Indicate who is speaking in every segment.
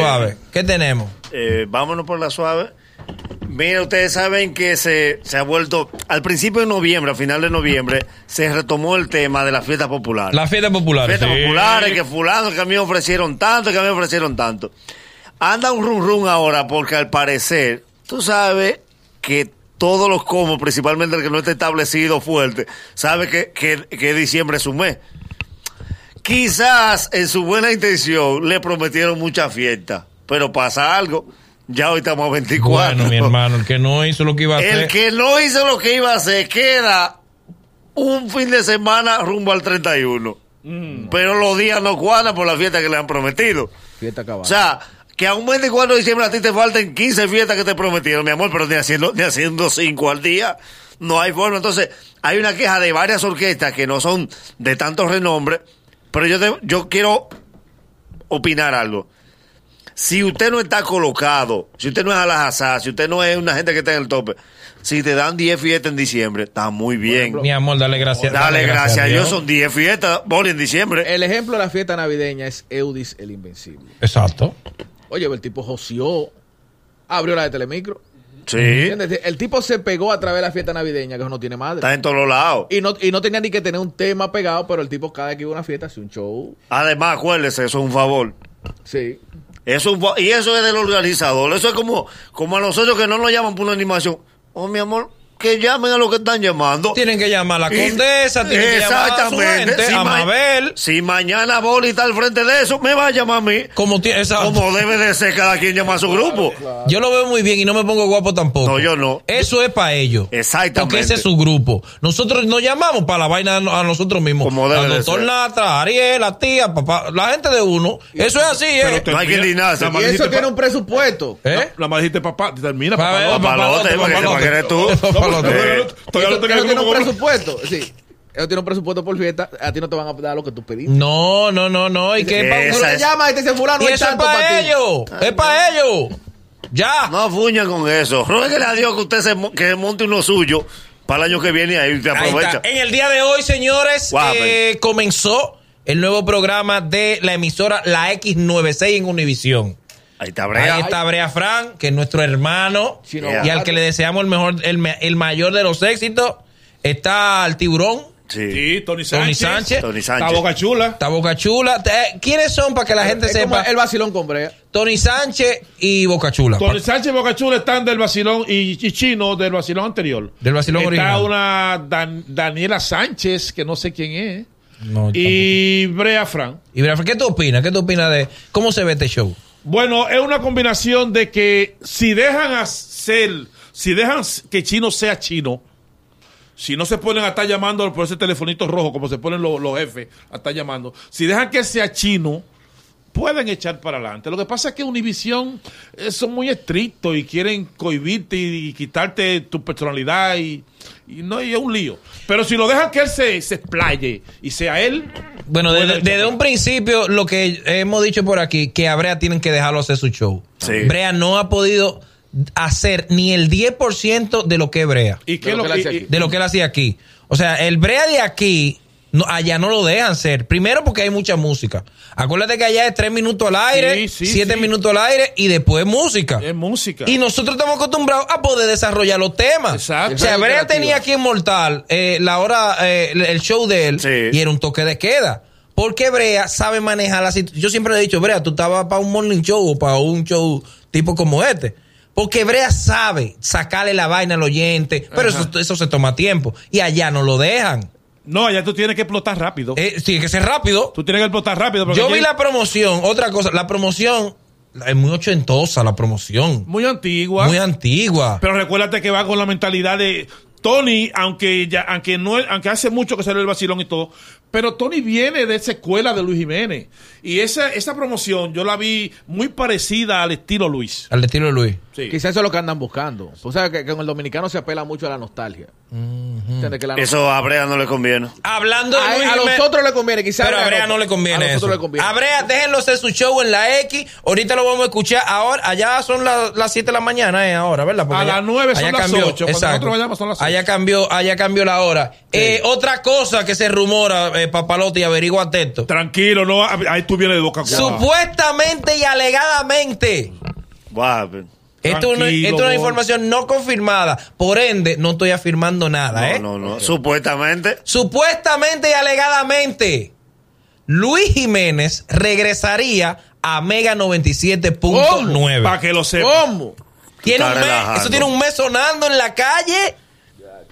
Speaker 1: suave. ¿Qué tenemos?
Speaker 2: Eh, vámonos por la suave. Mira, ustedes saben que se, se ha vuelto, al principio de noviembre, a final de noviembre, se retomó el tema de las fiestas populares.
Speaker 1: Las fiestas populares.
Speaker 2: Fiestas
Speaker 1: Sí.
Speaker 2: populares, que fulano, que a mí me ofrecieron tanto, que a mí me ofrecieron tanto. Anda un rum rum ahora, porque al parecer, tú sabes que todos los comos, principalmente el que no está establecido fuerte, sabe que, que, que diciembre es un mes. Quizás en su buena intención le prometieron mucha fiesta, pero pasa algo. Ya hoy estamos a 24.
Speaker 1: Bueno, mi hermano, el que no hizo lo que iba a hacer.
Speaker 2: El que no hizo lo que iba a hacer queda un fin de semana rumbo al 31. Pero los días no cuadran por la fiesta que le han prometido.
Speaker 3: Fiesta acabada.
Speaker 2: O sea, que a un 24 de diciembre a ti te falten 15 fiestas que te prometieron, mi amor, pero ni haciendo, ni haciendo 5 al día. No hay forma. Entonces, hay una queja de varias orquestas que no son de tanto renombre, pero yo, te- yo quiero opinar algo. Si usted no está colocado, si usted no es alajazá, si usted no es una gente que está en el tope, si te dan 10 fiestas en diciembre, está muy bien.
Speaker 1: Mi amor, dale gracias.
Speaker 2: Dale gracias a Dios,
Speaker 1: Dios.
Speaker 2: Eh, son 10 fiestas, Bonnie, en diciembre.
Speaker 3: El ejemplo de la fiesta navideña es Eudis el Invencible.
Speaker 1: Exacto.
Speaker 3: Oye, el tipo joseó, abrió la de Telemicro.
Speaker 2: Sí,
Speaker 3: ¿Entiendes? El tipo se pegó a través de la fiesta navideña, que eso no tiene madre.
Speaker 2: está en todos los lados.
Speaker 3: Y no, y no tenía ni que tener un tema pegado, pero el tipo cada vez que iba a una fiesta hacía un show.
Speaker 2: Además, acuérdese, eso es un favor.
Speaker 3: Sí.
Speaker 2: Eso es un fa- y eso es del organizador. Eso es como, como a nosotros que no nos llaman por una animación. Oh, mi amor, que llamen a los que están llamando.
Speaker 1: Tienen que llamar a la
Speaker 2: Y-
Speaker 1: condesa, tienen que llamar a su
Speaker 2: Exactamente.
Speaker 1: gente, a
Speaker 2: ma-
Speaker 1: Mabel.
Speaker 2: si mañana Boli está al frente de eso, me va a llamar a mí.
Speaker 1: Como tiene, exacto.
Speaker 2: Como debe de ser cada quien llama a su grupo.
Speaker 1: Yo lo veo muy bien y no me pongo guapo tampoco.
Speaker 2: No, yo no.
Speaker 1: Eso es para ellos.
Speaker 2: Exactamente.
Speaker 1: Porque ese es su grupo. Nosotros nos llamamos para la vaina a nosotros mismos.
Speaker 2: Como debe
Speaker 1: Al
Speaker 2: de
Speaker 1: doctor
Speaker 2: ser.
Speaker 1: Natra, a Ariel, la tía, papá, la gente de uno. Eso es así, ¿eh?
Speaker 2: No hay que indignarse.
Speaker 3: Y
Speaker 2: Maldito
Speaker 3: eso tiene un presupuesto.
Speaker 1: ¿Eh?
Speaker 4: La más dijiste papá, termina
Speaker 1: Pa' ver,
Speaker 4: papá.
Speaker 2: papalote,
Speaker 1: papalote,
Speaker 2: porque
Speaker 1: papalote.
Speaker 2: ¿para qué eres tú?
Speaker 1: Papalote.
Speaker 2: Eh,
Speaker 3: Eso,
Speaker 4: Todavía lo
Speaker 3: eso
Speaker 4: tengo
Speaker 3: tiene un
Speaker 4: como
Speaker 3: presupuesto. Sí. Eso tiene un presupuesto por fiesta. A ti no te van a dar lo que tú pediste.
Speaker 1: No, no, no, no. Y que
Speaker 2: Esa
Speaker 3: Tú le
Speaker 2: es-
Speaker 3: llamas y te dice fulano,
Speaker 1: Y
Speaker 3: hay
Speaker 1: eso es
Speaker 3: tanto
Speaker 1: para
Speaker 3: para ti.
Speaker 1: ellos. Es para ellos. Ya.
Speaker 2: Ah, No fuña con eso. Rueguele a Dios que usted se, mo- que monte uno suyo para el año que viene y ahí te
Speaker 1: Ahí
Speaker 2: aprovecha.
Speaker 1: está. En el día de hoy, señores,
Speaker 2: Guau,
Speaker 1: eh, comenzó el nuevo programa de la emisora La X96 en Univisión.
Speaker 2: Ahí está, Brea.
Speaker 1: Ahí está Brea Fran, que es nuestro hermano
Speaker 3: Chino
Speaker 1: y al
Speaker 3: Guajardo.
Speaker 1: que le deseamos el mejor, el, me- el mayor de los éxitos. Está el tiburón,
Speaker 2: Sí.
Speaker 4: Sí, Tony Sánchez.
Speaker 1: Tony Sánchez,
Speaker 2: Tony
Speaker 4: Está
Speaker 2: Sánchez.
Speaker 4: Boca Chula.
Speaker 1: está Boca Chula. Eh, ¿Quiénes son para que la gente
Speaker 3: Es como
Speaker 1: sepa?
Speaker 3: el vacilón con brea.
Speaker 1: Tony Sánchez y Boca Chula.
Speaker 4: Tony Sánchez y Boca Chula están del vacilón y, y Chino del vacilón anterior.
Speaker 1: Del vacilón
Speaker 4: Está
Speaker 1: original.
Speaker 4: una Dan- Daniela Sánchez, que no sé quién es.
Speaker 1: No,
Speaker 4: y Brea Fran.
Speaker 1: Y Brea Fran, ¿qué tú opinas? ¿Qué tú opinas de cómo se ve este show?
Speaker 4: Bueno, es una combinación de que si dejan hacer, si dejan que chino sea chino, si no se ponen a estar llamando por ese telefonito rojo, como se ponen los, los jefes a estar llamando, si dejan que sea chino, pueden echar para adelante. Lo que pasa es que Univision eh, son muy estrictos y quieren cohibirte y, y quitarte tu personalidad y, y no y es un lío. Pero si lo dejan que él se, se explaye y sea él,
Speaker 1: Bueno,
Speaker 4: pueden
Speaker 1: desde,
Speaker 4: echar
Speaker 1: desde
Speaker 4: para
Speaker 1: un principio, lo que hemos dicho por aquí, que a Brea tienen que dejarlo hacer su show.
Speaker 2: Sí.
Speaker 1: Brea no ha podido hacer ni el 10% de lo que es Brea,
Speaker 4: ¿Y qué
Speaker 3: De
Speaker 4: es
Speaker 3: lo
Speaker 4: lo
Speaker 3: que él
Speaker 4: y-
Speaker 3: hace
Speaker 4: y-
Speaker 3: aquí.
Speaker 1: de lo que él hacía aquí. O sea, el Brea de aquí, no, allá no lo dejan ser. Primero porque hay mucha música. Acuérdate que allá es 3 minutos al aire,
Speaker 4: Sí, sí,
Speaker 1: 7
Speaker 4: sí.
Speaker 1: minutos al aire y después música.
Speaker 4: es música.
Speaker 1: Y nosotros estamos acostumbrados a poder desarrollar los temas.
Speaker 4: Exacto.
Speaker 1: O sea,
Speaker 3: Esa es la
Speaker 1: Brea
Speaker 3: alternativa.
Speaker 1: tenía aquí en Mortal eh, la hora, eh, el- el show de él,
Speaker 2: Sí.
Speaker 1: y era un toque de queda. Porque Brea sabe manejar la situación. Yo siempre le he dicho, Brea, tú estabas para un morning show o para un show tipo como este. Porque Brea sabe sacarle la vaina al oyente, pero eso, eso se toma tiempo. Y allá no lo dejan.
Speaker 4: No, allá tú tienes que explotar rápido.
Speaker 1: Eh, tiene que ser rápido.
Speaker 4: Tú tienes que explotar rápido. porque
Speaker 1: Yo vi
Speaker 4: allí-
Speaker 1: la promoción, otra cosa, la promoción es muy ochentosa, la promoción.
Speaker 4: Muy antigua.
Speaker 1: Muy antigua.
Speaker 4: pero recuérdate que va con la mentalidad de Tony, aunque ya, aunque no, aunque hace mucho que salió el vacilón y todo, pero Tony viene de esa escuela de Luis Jiménez. Y esa, esa promoción yo la vi muy parecida al estilo Luis.
Speaker 1: Al estilo de Luis.
Speaker 4: Sí.
Speaker 3: Quizás eso es lo que andan buscando. O sea, que, que con el dominicano se apela mucho a la nostalgia. ¿Entiendes? Que la
Speaker 2: Eso a Brea no le conviene.
Speaker 1: Hablando de
Speaker 3: a,
Speaker 1: Luis
Speaker 3: a los
Speaker 1: Jiménez-
Speaker 3: otros le conviene, quizás.
Speaker 1: Pero a Brea no le conviene
Speaker 3: A nosotros
Speaker 1: eso.
Speaker 3: le conviene.
Speaker 1: A Brea, déjenlo hacer su show en la X. Ahorita lo vamos a escuchar. Ahora, allá son la- las 7 de la mañana, eh, ahora, ¿verdad?
Speaker 4: A
Speaker 1: allá-
Speaker 4: las nueve son
Speaker 1: allá
Speaker 4: las
Speaker 1: cambió.
Speaker 4: ocho. Cuando
Speaker 1: Exacto.
Speaker 4: nosotros vayamos son las ocho.
Speaker 1: Allá cambió, allá cambió la hora. Eh, otra cosa que se rumora, eh, papalote, y averigua texto.
Speaker 4: Tranquilo, no, ahí tú vienes de boca cuadrada.
Speaker 1: Supuestamente y alegadamente.
Speaker 2: Guau, pero-
Speaker 1: Esto, es una-
Speaker 4: Tranquilo,
Speaker 1: esto es una
Speaker 4: boy.
Speaker 1: información no confirmada. Por ende, no estoy afirmando nada, ¿eh?
Speaker 2: No, no, no. Supuestamente.
Speaker 1: Supuestamente y alegadamente, Luis Jiménez regresaría a Mega
Speaker 4: Oh,
Speaker 1: 97.9.
Speaker 4: Para que lo
Speaker 1: Oh,
Speaker 4: sepa.
Speaker 3: ¿Cómo?
Speaker 1: Tiene un
Speaker 2: Está
Speaker 1: mes-
Speaker 2: relajando.
Speaker 1: eso tiene un mes sonando en la calle.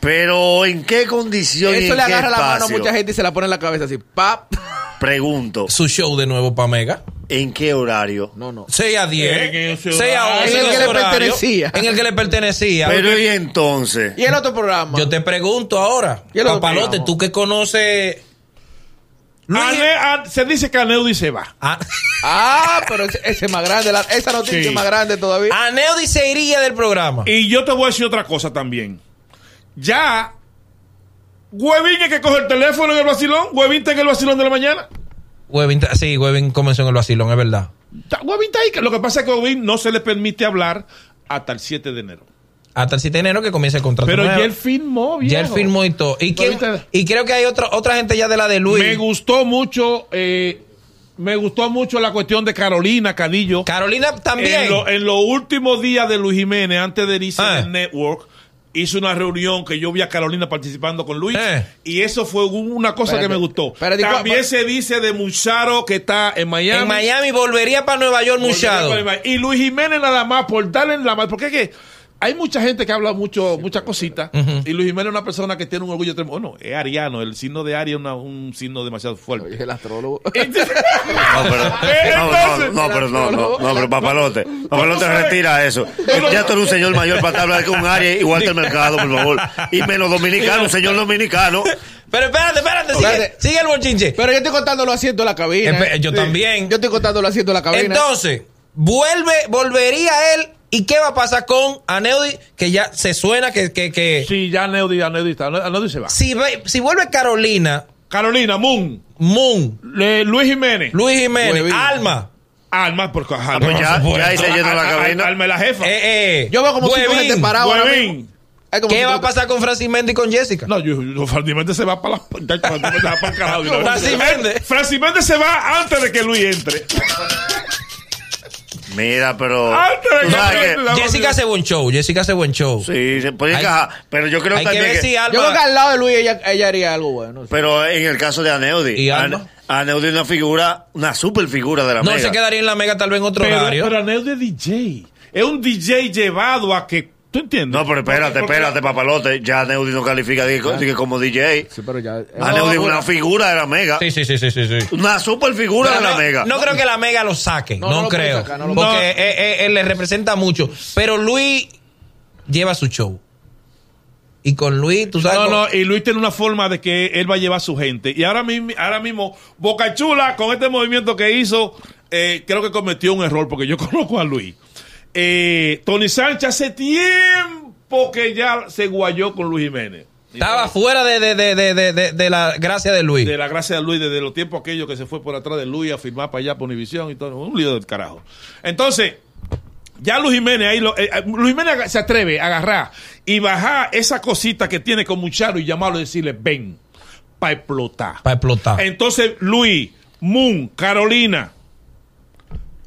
Speaker 2: Pero ¿en qué condición y
Speaker 3: Eso
Speaker 2: en
Speaker 3: le
Speaker 2: qué
Speaker 3: agarra la mano a
Speaker 2: espacio?
Speaker 3: mucha gente y se la pone en la cabeza así. ¡Pap!
Speaker 2: Pregunto,
Speaker 1: Su show de nuevo para Mega.
Speaker 2: ¿en qué horario?
Speaker 3: No, no.
Speaker 1: 6 a 10.
Speaker 4: En ese
Speaker 1: 6 a
Speaker 4: horario.
Speaker 1: 11.
Speaker 3: En el que
Speaker 1: ese
Speaker 3: le
Speaker 1: horario,
Speaker 3: pertenecía.
Speaker 1: En el que le pertenecía.
Speaker 2: Pero y entonces,
Speaker 3: Y el otro programa.
Speaker 1: Yo te pregunto ahora,
Speaker 3: ¿Y el otro
Speaker 1: Papalote,
Speaker 3: programa?
Speaker 1: tú que conoces. Luis-
Speaker 4: Ane- a- se dice que Aneudi se va.
Speaker 1: Ah.
Speaker 3: Ah, pero ese, ese es más grande. la- esa noticia
Speaker 4: Sí.
Speaker 3: es más grande
Speaker 1: Ah.
Speaker 3: todavía.
Speaker 1: Aneudi se iría del programa.
Speaker 4: Y yo te voy a decir otra cosa también. Ya, Huevín es que coge el teléfono en el vacilón. Huevín está en el vacilón de la mañana.
Speaker 1: Webin, ta- sí, Webin comenzó en el vacilón, es verdad.
Speaker 4: Está- Huevín está ahí. Lo que pasa es que a Huevín no se le permite hablar hasta el 7 de enero.
Speaker 1: Hasta el 7 de enero que comienza el contrato.
Speaker 4: Pero
Speaker 1: nuevo.
Speaker 4: ya él firmó, viejo.
Speaker 1: Ya él firmó y todo. Y, que-
Speaker 4: Ahorita-
Speaker 1: y creo que hay otra otra gente ya de la de Luis.
Speaker 4: Me gustó mucho, eh, me gustó mucho la cuestión de Carolina Cadillo.
Speaker 1: Carolina también.
Speaker 4: En, lo- en los últimos días de Luis Jiménez, antes de irse
Speaker 1: Ah.
Speaker 4: del Network, hizo una reunión que yo vi a Carolina participando con Luis.
Speaker 1: Eh.
Speaker 4: Y eso fue un- una cosa que
Speaker 3: Espérate,
Speaker 4: me gustó.
Speaker 3: espérate,
Speaker 4: También
Speaker 3: ¿cuál-
Speaker 4: se dice de Mucharo que está en Miami.
Speaker 1: En Miami volvería para Nueva York Muchado.
Speaker 4: Y Luis Jiménez nada más por darle la mano. Porque es que hay mucha gente que habla mucho, muchas cositas. Y Luis Jiménez es una persona que tiene un orgullo tremendo. Bueno, es ariano. El signo de Aries es una- un signo demasiado fuerte.
Speaker 3: Oye, el astrólogo.
Speaker 2: no, pero no, no, no,
Speaker 4: ¿Eh, Entonces-
Speaker 2: no, pero no, no, no, pero papalote,
Speaker 4: no
Speaker 2: papalote
Speaker 4: sé.
Speaker 2: retira eso.
Speaker 4: no,
Speaker 2: Ya
Speaker 4: no.
Speaker 2: tú eres un señor mayor para hablar con un área igual que el mercado, por favor, y menos dominicano, un señor dominicano. Pues
Speaker 1: Pero espérate, espérate, sigue,
Speaker 3: Espérate.
Speaker 1: sigue el bochinche.
Speaker 3: Pero yo estoy contando los asientos de la cabina.
Speaker 1: Espe- yo también.
Speaker 3: Yo estoy contando los asientos de la cabina.
Speaker 1: Entonces, vuelve, volvería él. ¿Y qué va a pasar con Aneudi? Que ya se suena que. que, que-
Speaker 4: Sí, ya Neudi, ya Neudi está. Neudi se va.
Speaker 1: Si, ve- si vuelve Carolina,
Speaker 4: Carolina, Moon,
Speaker 1: Moon,
Speaker 4: Le- Luis Jiménez.
Speaker 1: Luis Jiménez,
Speaker 3: Huevín.
Speaker 1: Alma.
Speaker 4: Alma, porque ajá,
Speaker 2: Ah, pues
Speaker 4: no,
Speaker 2: ya,
Speaker 4: no se puede.
Speaker 2: ya ahí se llenó la
Speaker 4: Al-
Speaker 2: cabina.
Speaker 4: Al- Alma es la jefa.
Speaker 1: Eh, eh,
Speaker 3: Yo veo como si
Speaker 1: Huevín.
Speaker 3: gente parada ahora mismo.
Speaker 4: Huevín.
Speaker 3: Hay como
Speaker 1: ¿Qué
Speaker 3: cinco
Speaker 1: va a
Speaker 3: gente-
Speaker 1: pasar con Francis Mendy y con Jessica?
Speaker 4: No, yo, yo- Francis Méndez se va para la. ya, Francis Méndez se va para el carajo de una vez.
Speaker 1: Francis Méndez.
Speaker 4: Eh, Francis Méndez se va antes de que Luis entre.
Speaker 2: Mira, pero
Speaker 4: Antes de
Speaker 2: tú sabes
Speaker 4: que-
Speaker 2: que-
Speaker 1: Jessica hace buen show, Jessica hace buen show.
Speaker 2: sí, se puede
Speaker 1: Hay-
Speaker 2: encajar, pero yo creo
Speaker 1: Hay que
Speaker 2: también
Speaker 1: ver
Speaker 2: que-
Speaker 1: si
Speaker 3: Yo creo que
Speaker 1: Alma.
Speaker 3: al lado de Luis ella, ella haría algo bueno. sí.
Speaker 2: pero en el caso de Aneudi,
Speaker 1: ¿Y
Speaker 2: Ane-
Speaker 1: Alma?
Speaker 2: Aneudi es una figura, una super figura de la
Speaker 1: No,
Speaker 2: mega.
Speaker 1: se quedaría en la mega tal vez en otro
Speaker 4: Pero,
Speaker 1: horario.
Speaker 4: pero Anel de DJ. Es un DJ llevado a que. ¿Tú entiendes?
Speaker 2: No, pero espérate,
Speaker 4: Porque-
Speaker 2: espérate, papalote. Ya Neudi no califica de- de- como DJ.
Speaker 3: Sí, pero ya. eh,
Speaker 2: Ah, Neudi es una figura de la mega.
Speaker 1: sí, sí, sí, sí, sí. sí.
Speaker 2: Una super figura
Speaker 1: Pero
Speaker 2: de la
Speaker 1: no,
Speaker 2: mega.
Speaker 1: no creo que la mega lo saque, no,
Speaker 3: No, no lo puede
Speaker 1: creo.
Speaker 3: sacar, no lo
Speaker 1: porque
Speaker 4: puede.
Speaker 1: eh, eh, él le representa mucho. Pero Luis lleva su show. Y con Luis, tú sabes.
Speaker 4: No,
Speaker 1: cómo-
Speaker 4: no, y Luis tiene una forma de que él va a llevar a su gente. Y ahora mismo, ahora mismo Boca Chula, con este movimiento que hizo, eh, creo que cometió un error, porque yo conozco a Luis. Eh, Tony Sánchez hace tiempo que ya se guayó con Luis Jiménez.
Speaker 1: estaba fuera de, de, de, de, de, de- de la gracia de Luis.
Speaker 4: De la gracia de Luis, desde los tiempos aquellos que se fue por atrás de Luis a firmar para allá por Univisión y todo. Un lío del carajo. Entonces, ya Luis Jiménez ahí lo- eh, eh, Luis Jiménez aga- se atreve a agarrar y bajar esa cosita que tiene con Mucharo y llamarlo y decirle, ven, para explotar.
Speaker 1: Para explotar.
Speaker 4: Entonces, Luis, Moon, Carolina.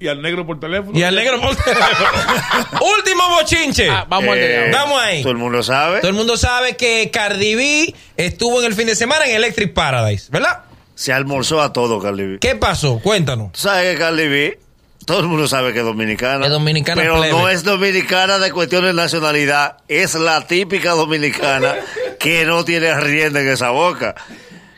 Speaker 4: Y al negro por teléfono.
Speaker 1: Y al negro por Último bochinche.
Speaker 3: Ah, vamos al de
Speaker 2: Eh,
Speaker 3: ahora.
Speaker 1: Vamos ahí.
Speaker 2: Todo el mundo sabe.
Speaker 1: Todo el mundo sabe que Cardi B estuvo en el fin de semana en Electric Paradise, ¿verdad?
Speaker 2: Se almorzó a todo, Cardi B.
Speaker 1: ¿Qué pasó? Cuéntanos.
Speaker 2: Tú sabes que Cardi B, todo el mundo sabe que es dominicana.
Speaker 1: Es dominicana
Speaker 2: Pero
Speaker 1: plebe.
Speaker 2: no es dominicana de cuestiones de nacionalidad. Es la típica dominicana que no tiene rienda en esa boca.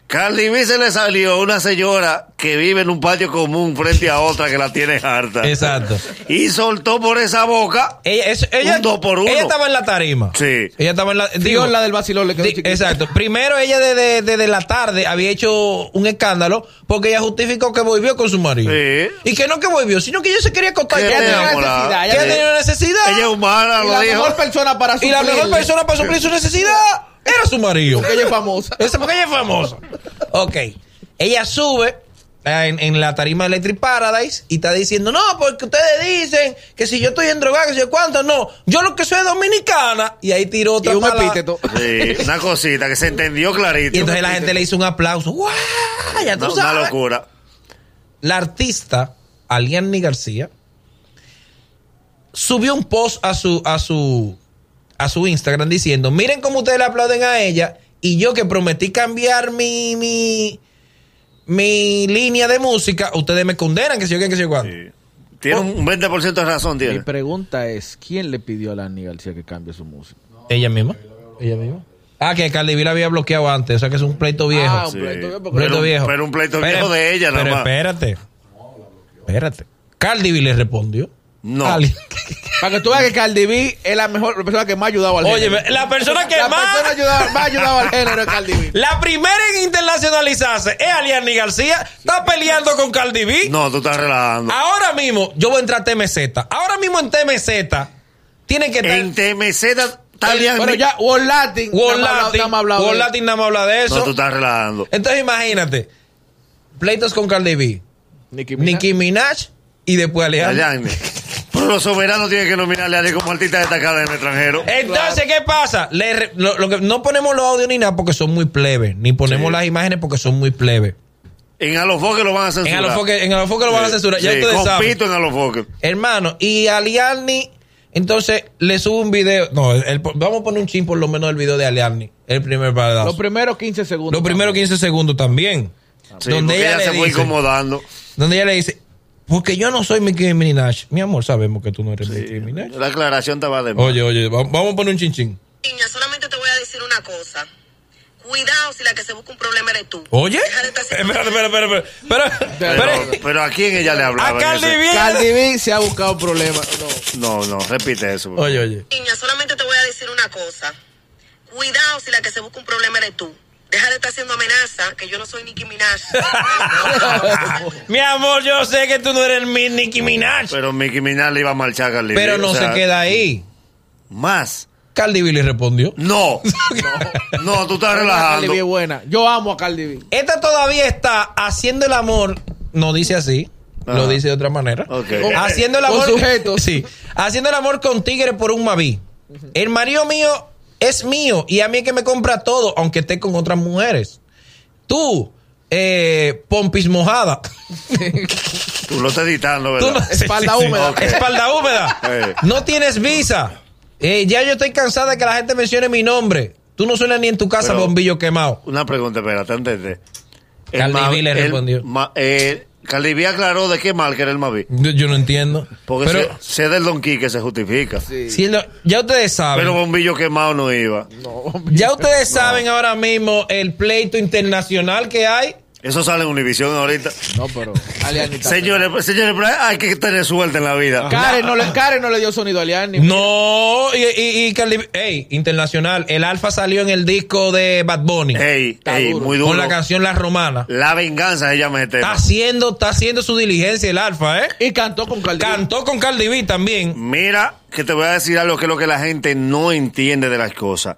Speaker 2: Cardi B se le salió una señora que vive en un patio común frente a otra que la tiene harta.
Speaker 1: Exacto.
Speaker 2: Y soltó por esa boca.
Speaker 1: Ella, es- ella,
Speaker 2: Un dos por uno.
Speaker 1: ella estaba en la tarima.
Speaker 2: Sí.
Speaker 1: Ella estaba en la.
Speaker 3: Digo,
Speaker 1: digo,
Speaker 3: la del vacilón le quedó
Speaker 1: di-
Speaker 3: chiquita.
Speaker 1: exacto. Primero, ella desde desde la tarde había hecho un escándalo porque ella justificó que volvió con su marido.
Speaker 2: Sí.
Speaker 1: Y que no que volvió, sino que ella se quería acostar.
Speaker 2: Que
Speaker 1: con
Speaker 2: ella
Speaker 1: él.
Speaker 2: tenía necesidad,
Speaker 1: Que
Speaker 2: ella
Speaker 1: ella tenía necesidad.
Speaker 2: Ella es humana,
Speaker 3: Y
Speaker 2: lo
Speaker 3: la
Speaker 2: dijo.
Speaker 3: mejor persona para
Speaker 1: y la mejor
Speaker 3: suplirle,
Speaker 1: persona para suplir su necesidad era su marido.
Speaker 3: porque ella es famosa.
Speaker 1: Esa porque ella es famosa. Ok. Ella sube eh, en, en la tarima de Electric Paradise y está diciendo, no, porque ustedes dicen que si yo estoy en droga, que si yo cuánto, no. Yo lo que soy es dominicana. Y ahí tiró otra
Speaker 3: Y un
Speaker 1: palabra.
Speaker 3: epíteto.
Speaker 2: Sí, una cosita que se entendió clarito.
Speaker 1: Y entonces la gente le hizo un aplauso. ¡Guau! Ya tú
Speaker 2: Una- una
Speaker 1: sabes.
Speaker 2: locura.
Speaker 1: La artista, Alianni García, subió un post a su, a su, a su Instagram diciendo, miren cómo ustedes le aplauden a ella y yo que prometí cambiar mi, mi, mi línea de música, ustedes me condenan, que sé yo qué, que sé yo cuándo.
Speaker 2: Sí. Tiene un 20% de razón,
Speaker 3: Mi
Speaker 2: tiene.
Speaker 3: pregunta es, ¿quién le pidió a Lani García que cambie su música?
Speaker 1: Ella misma. Ella misma. Ah, que Cardi B la había bloqueado antes, o sea que es un pleito viejo.
Speaker 3: Ah,
Speaker 1: un
Speaker 3: un
Speaker 2: Sí.
Speaker 3: pleito viejo, porque-
Speaker 1: pleito
Speaker 2: Pero-
Speaker 1: viejo.
Speaker 2: pero un pleito viejo de ella,
Speaker 1: Pero
Speaker 2: nada más.
Speaker 1: espérate. Espérate. Cardi B le respondió.
Speaker 2: No.
Speaker 1: Ali-
Speaker 3: Para que tú veas que Cardi B es la mejor la persona que más ha ayudado al
Speaker 1: Oye,
Speaker 3: género.
Speaker 1: la persona que
Speaker 3: la
Speaker 1: más.
Speaker 3: persona ayudada- más ha ayudado al género es Cardi B.
Speaker 1: La primera en internacionalizarse es Aliani García. Está peleando con Cardi B.
Speaker 2: No, tú estás relajando.
Speaker 1: Ahora mismo, yo voy a entrar a TMZ. Ahora mismo en TMZ tiene que estar.
Speaker 2: En TMZ está bien.
Speaker 3: Pero ya, World Latin.
Speaker 1: World
Speaker 3: nada más hablado-
Speaker 1: Latin.
Speaker 3: nada más hablado de-
Speaker 1: World Latin nada más habla de eso.
Speaker 2: No, tú estás relajando.
Speaker 1: Entonces imagínate. Pleitos con Cardi B.
Speaker 3: Nicki Minaj.
Speaker 1: Nicki Minaj y después Aliani.
Speaker 2: Allá, Pero los soberanos tienen que nominarle a alguien como artista destacada en el extranjero.
Speaker 1: Eh. Entonces, ¿qué pasa? Le re- lo- lo que- no ponemos los audios ni nada porque son muy plebes. Ni ponemos
Speaker 2: Sí.
Speaker 1: las imágenes porque son muy plebes.
Speaker 2: En Alofoque lo van a
Speaker 1: En
Speaker 2: censurar.
Speaker 1: Alofoque, en Alofoque lo van a
Speaker 2: Sí,
Speaker 1: censurar. Ya
Speaker 2: sí,
Speaker 1: ustedes
Speaker 2: con
Speaker 1: saben.
Speaker 2: pito en Alofoque.
Speaker 1: Hermano, y Aliarni, entonces le subo un video. No, el- vamos a poner un chin por lo menos del video de Aliarni. El primer pedazo.
Speaker 3: Los
Speaker 1: Los,
Speaker 3: primeros 15 segundos.
Speaker 1: primeros 15 segundos también.
Speaker 2: Sí,
Speaker 1: donde,
Speaker 2: porque
Speaker 1: ella
Speaker 2: ella
Speaker 1: le
Speaker 2: se fue
Speaker 1: dice,
Speaker 2: incomodando.
Speaker 1: donde ella le dice, porque yo no soy Nicki Minaj. Mi amor, sabemos que tú no eres Nicki Minaj.
Speaker 2: La aclaración estaba de más.
Speaker 1: ¿Eh? Oye, oye, va- vamos a poner un chin chin.
Speaker 5: Niña, solamente te voy a decir una cosa. Cuidado si la que se busca un problema eres tú.
Speaker 1: Oye, Eh,
Speaker 5: Deja de estar haciendo-
Speaker 1: espera, espera, espera, espera. Pero,
Speaker 2: Pero,
Speaker 1: pero-
Speaker 2: pero a quién ella le
Speaker 1: a
Speaker 2: hablaba. en
Speaker 1: Cardi
Speaker 2: ese-
Speaker 1: B.
Speaker 3: Cardi B se ha buscado problemas. No.
Speaker 2: No, no, repite eso.
Speaker 1: Oye, oye.
Speaker 5: Niña, solamente te voy a decir una cosa. Cuidado si la que se busca un problema eres tú. Deja de estar haciendo amenaza, que yo no soy Nicki Minaj.
Speaker 1: Mi amor, yo sé que tú no eres mi Nicki Minaj.
Speaker 2: Pero Mickey Minaj le iba a marchar a Cardi B,
Speaker 1: Pero
Speaker 2: o
Speaker 1: no se
Speaker 2: sea,
Speaker 1: queda ahí.
Speaker 2: Más.
Speaker 1: Cardi B le respondió.
Speaker 2: No. No, tú estás
Speaker 3: Cardi
Speaker 2: relajando.
Speaker 3: B es buena. Yo amo a Cardi B.
Speaker 1: Esta todavía está haciendo el amor, no dice así,
Speaker 2: Ajá.
Speaker 1: lo dice de otra manera.
Speaker 2: Ok.
Speaker 1: Haciendo el
Speaker 3: Con
Speaker 1: amor
Speaker 3: sujetos.
Speaker 1: Sí, haciendo el amor con tigre por un maví. El marido mío es mío y a mí es que me compra todo, aunque esté con otras mujeres. Tú, eh, pompis mojada.
Speaker 2: Tú lo estás editando,
Speaker 1: Tú
Speaker 2: ¿verdad?
Speaker 1: no-
Speaker 3: Espalda húmeda.
Speaker 2: Ok.
Speaker 1: Espalda húmeda.
Speaker 2: Eh.
Speaker 1: No tienes visa. Eh, ya yo estoy cansada de que la gente mencione mi nombre. Tú no suenas ni en tu casa,
Speaker 2: Pero-
Speaker 1: bombillo quemado.
Speaker 2: Una pregunta, espérate, antes de. El
Speaker 1: Cardi
Speaker 2: Mavi-
Speaker 1: B le
Speaker 2: el
Speaker 1: respondió.
Speaker 2: Ma- eh, Cardi B aclaró de qué mal que era el Mavi.
Speaker 1: Yo, yo no entiendo.
Speaker 2: Porque
Speaker 1: Pero-
Speaker 2: se, se del Don Quique se justifica.
Speaker 1: Si lo- ya ustedes saben.
Speaker 2: Pero bombillo quemado no iba.
Speaker 1: ya ustedes saben ahora mismo el pleito internacional que hay.
Speaker 2: Eso sale en Univisión ahorita.
Speaker 3: No, pero. Aliani está-
Speaker 2: Señores, pues, señores, pero hay que tener suerte en la vida.
Speaker 3: Karen no, le, Karen no le dio sonido a Aliani.
Speaker 1: No, y, y, y Cardi B- ey, internacional. El Alfa salió en el disco de Bad Bunny.
Speaker 2: Ey,
Speaker 3: Está
Speaker 2: ey,
Speaker 3: duro.
Speaker 2: muy duro.
Speaker 1: con la canción La Romana.
Speaker 2: La venganza se llama este
Speaker 1: Está
Speaker 2: tema.
Speaker 1: haciendo, está haciendo su diligencia el Alfa, ¿eh?
Speaker 3: Y cantó con Cardi B.
Speaker 1: Cantó con Cardi B también.
Speaker 2: Mira, que te voy a decir algo que es lo que la gente no entiende de las cosas.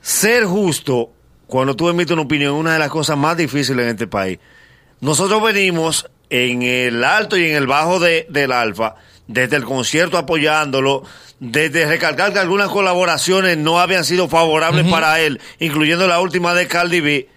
Speaker 2: Ser justo, cuando tú emites una opinión, es una de las cosas más difíciles en este país. Nosotros venimos en el alto y en el bajo de- del Alfa, desde el concierto apoyándolo, desde recalcar que algunas colaboraciones no habían sido favorables para él, incluyendo la última de Cardi B.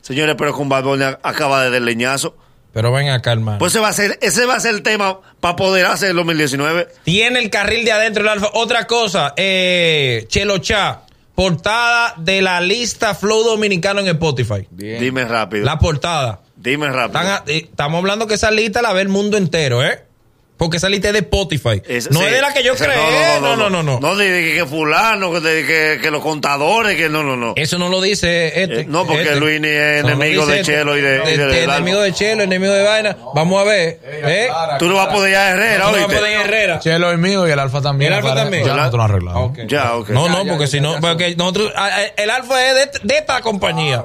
Speaker 2: Señores, pero con Bad Bunny a- acaba de dar leñazo.
Speaker 1: Pero ven acá, hermano.
Speaker 2: Pues ese va a ser, ese va a ser el tema para poder hacer el 2019.
Speaker 1: Tiene el carril de adentro el Alfa. Otra cosa, eh, Chelo Chá, portada de la lista Flow Dominicano en Spotify.
Speaker 3: Bien.
Speaker 2: Dime rápido.
Speaker 1: La portada.
Speaker 2: Dime rápido.
Speaker 1: Están a- eh, estamos hablando que esa lista la ve el mundo entero, ¿eh? porque saliste de Spotify.
Speaker 2: Es-
Speaker 1: no
Speaker 2: sí.
Speaker 1: es de la que yo
Speaker 2: Esa-
Speaker 1: creé. No, no, no, no.
Speaker 2: No, de, de que fulano, que, de que- que los contadores, que no, no, no.
Speaker 1: Eso no lo dice este.
Speaker 2: Eh, no, porque
Speaker 1: este.
Speaker 2: Luini es
Speaker 1: No, no
Speaker 2: enemigo
Speaker 1: dice
Speaker 2: de
Speaker 1: este.
Speaker 2: Chelo y de- y de-
Speaker 1: Este,
Speaker 2: del Alba.
Speaker 1: enemigo de Chelo, enemigo de vaina. Vamos a ver. ¿eh?
Speaker 2: Tú no vas a poder ir a Herrera,
Speaker 1: No,
Speaker 2: oíste.
Speaker 1: vamos a poner Herrera.
Speaker 6: Chelo es mío y el Alfa también.
Speaker 1: ¿Y el Alfa
Speaker 6: Aclara-
Speaker 1: también?
Speaker 6: Ya nosotros lo arreglamos.
Speaker 1: Ok.
Speaker 2: Ya, ok.
Speaker 1: No,
Speaker 2: No,
Speaker 1: no, porque si no, porque nosotros, a- a- el alfa es de, de esta compañía.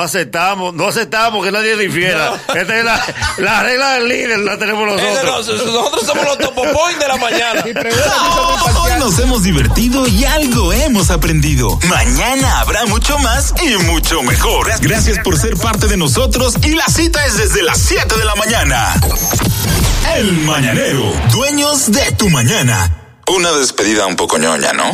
Speaker 2: aceptamos, no aceptamos que nadie difiera. Esta es la, la regla del líder, la tenemos
Speaker 1: Ese no-
Speaker 2: nosotros.
Speaker 1: nosotros. somos los topopoint de la mañana.
Speaker 7: Hoy nos hemos divertido y algo hemos aprendido. Mañana habrá mucho más y mucho mejor. Gracias por ser parte de nosotros y la cita es desde las 7 de la mañana. El Mañanero, dueños de tu mañana. Una despedida un poco ñoña, ¿no?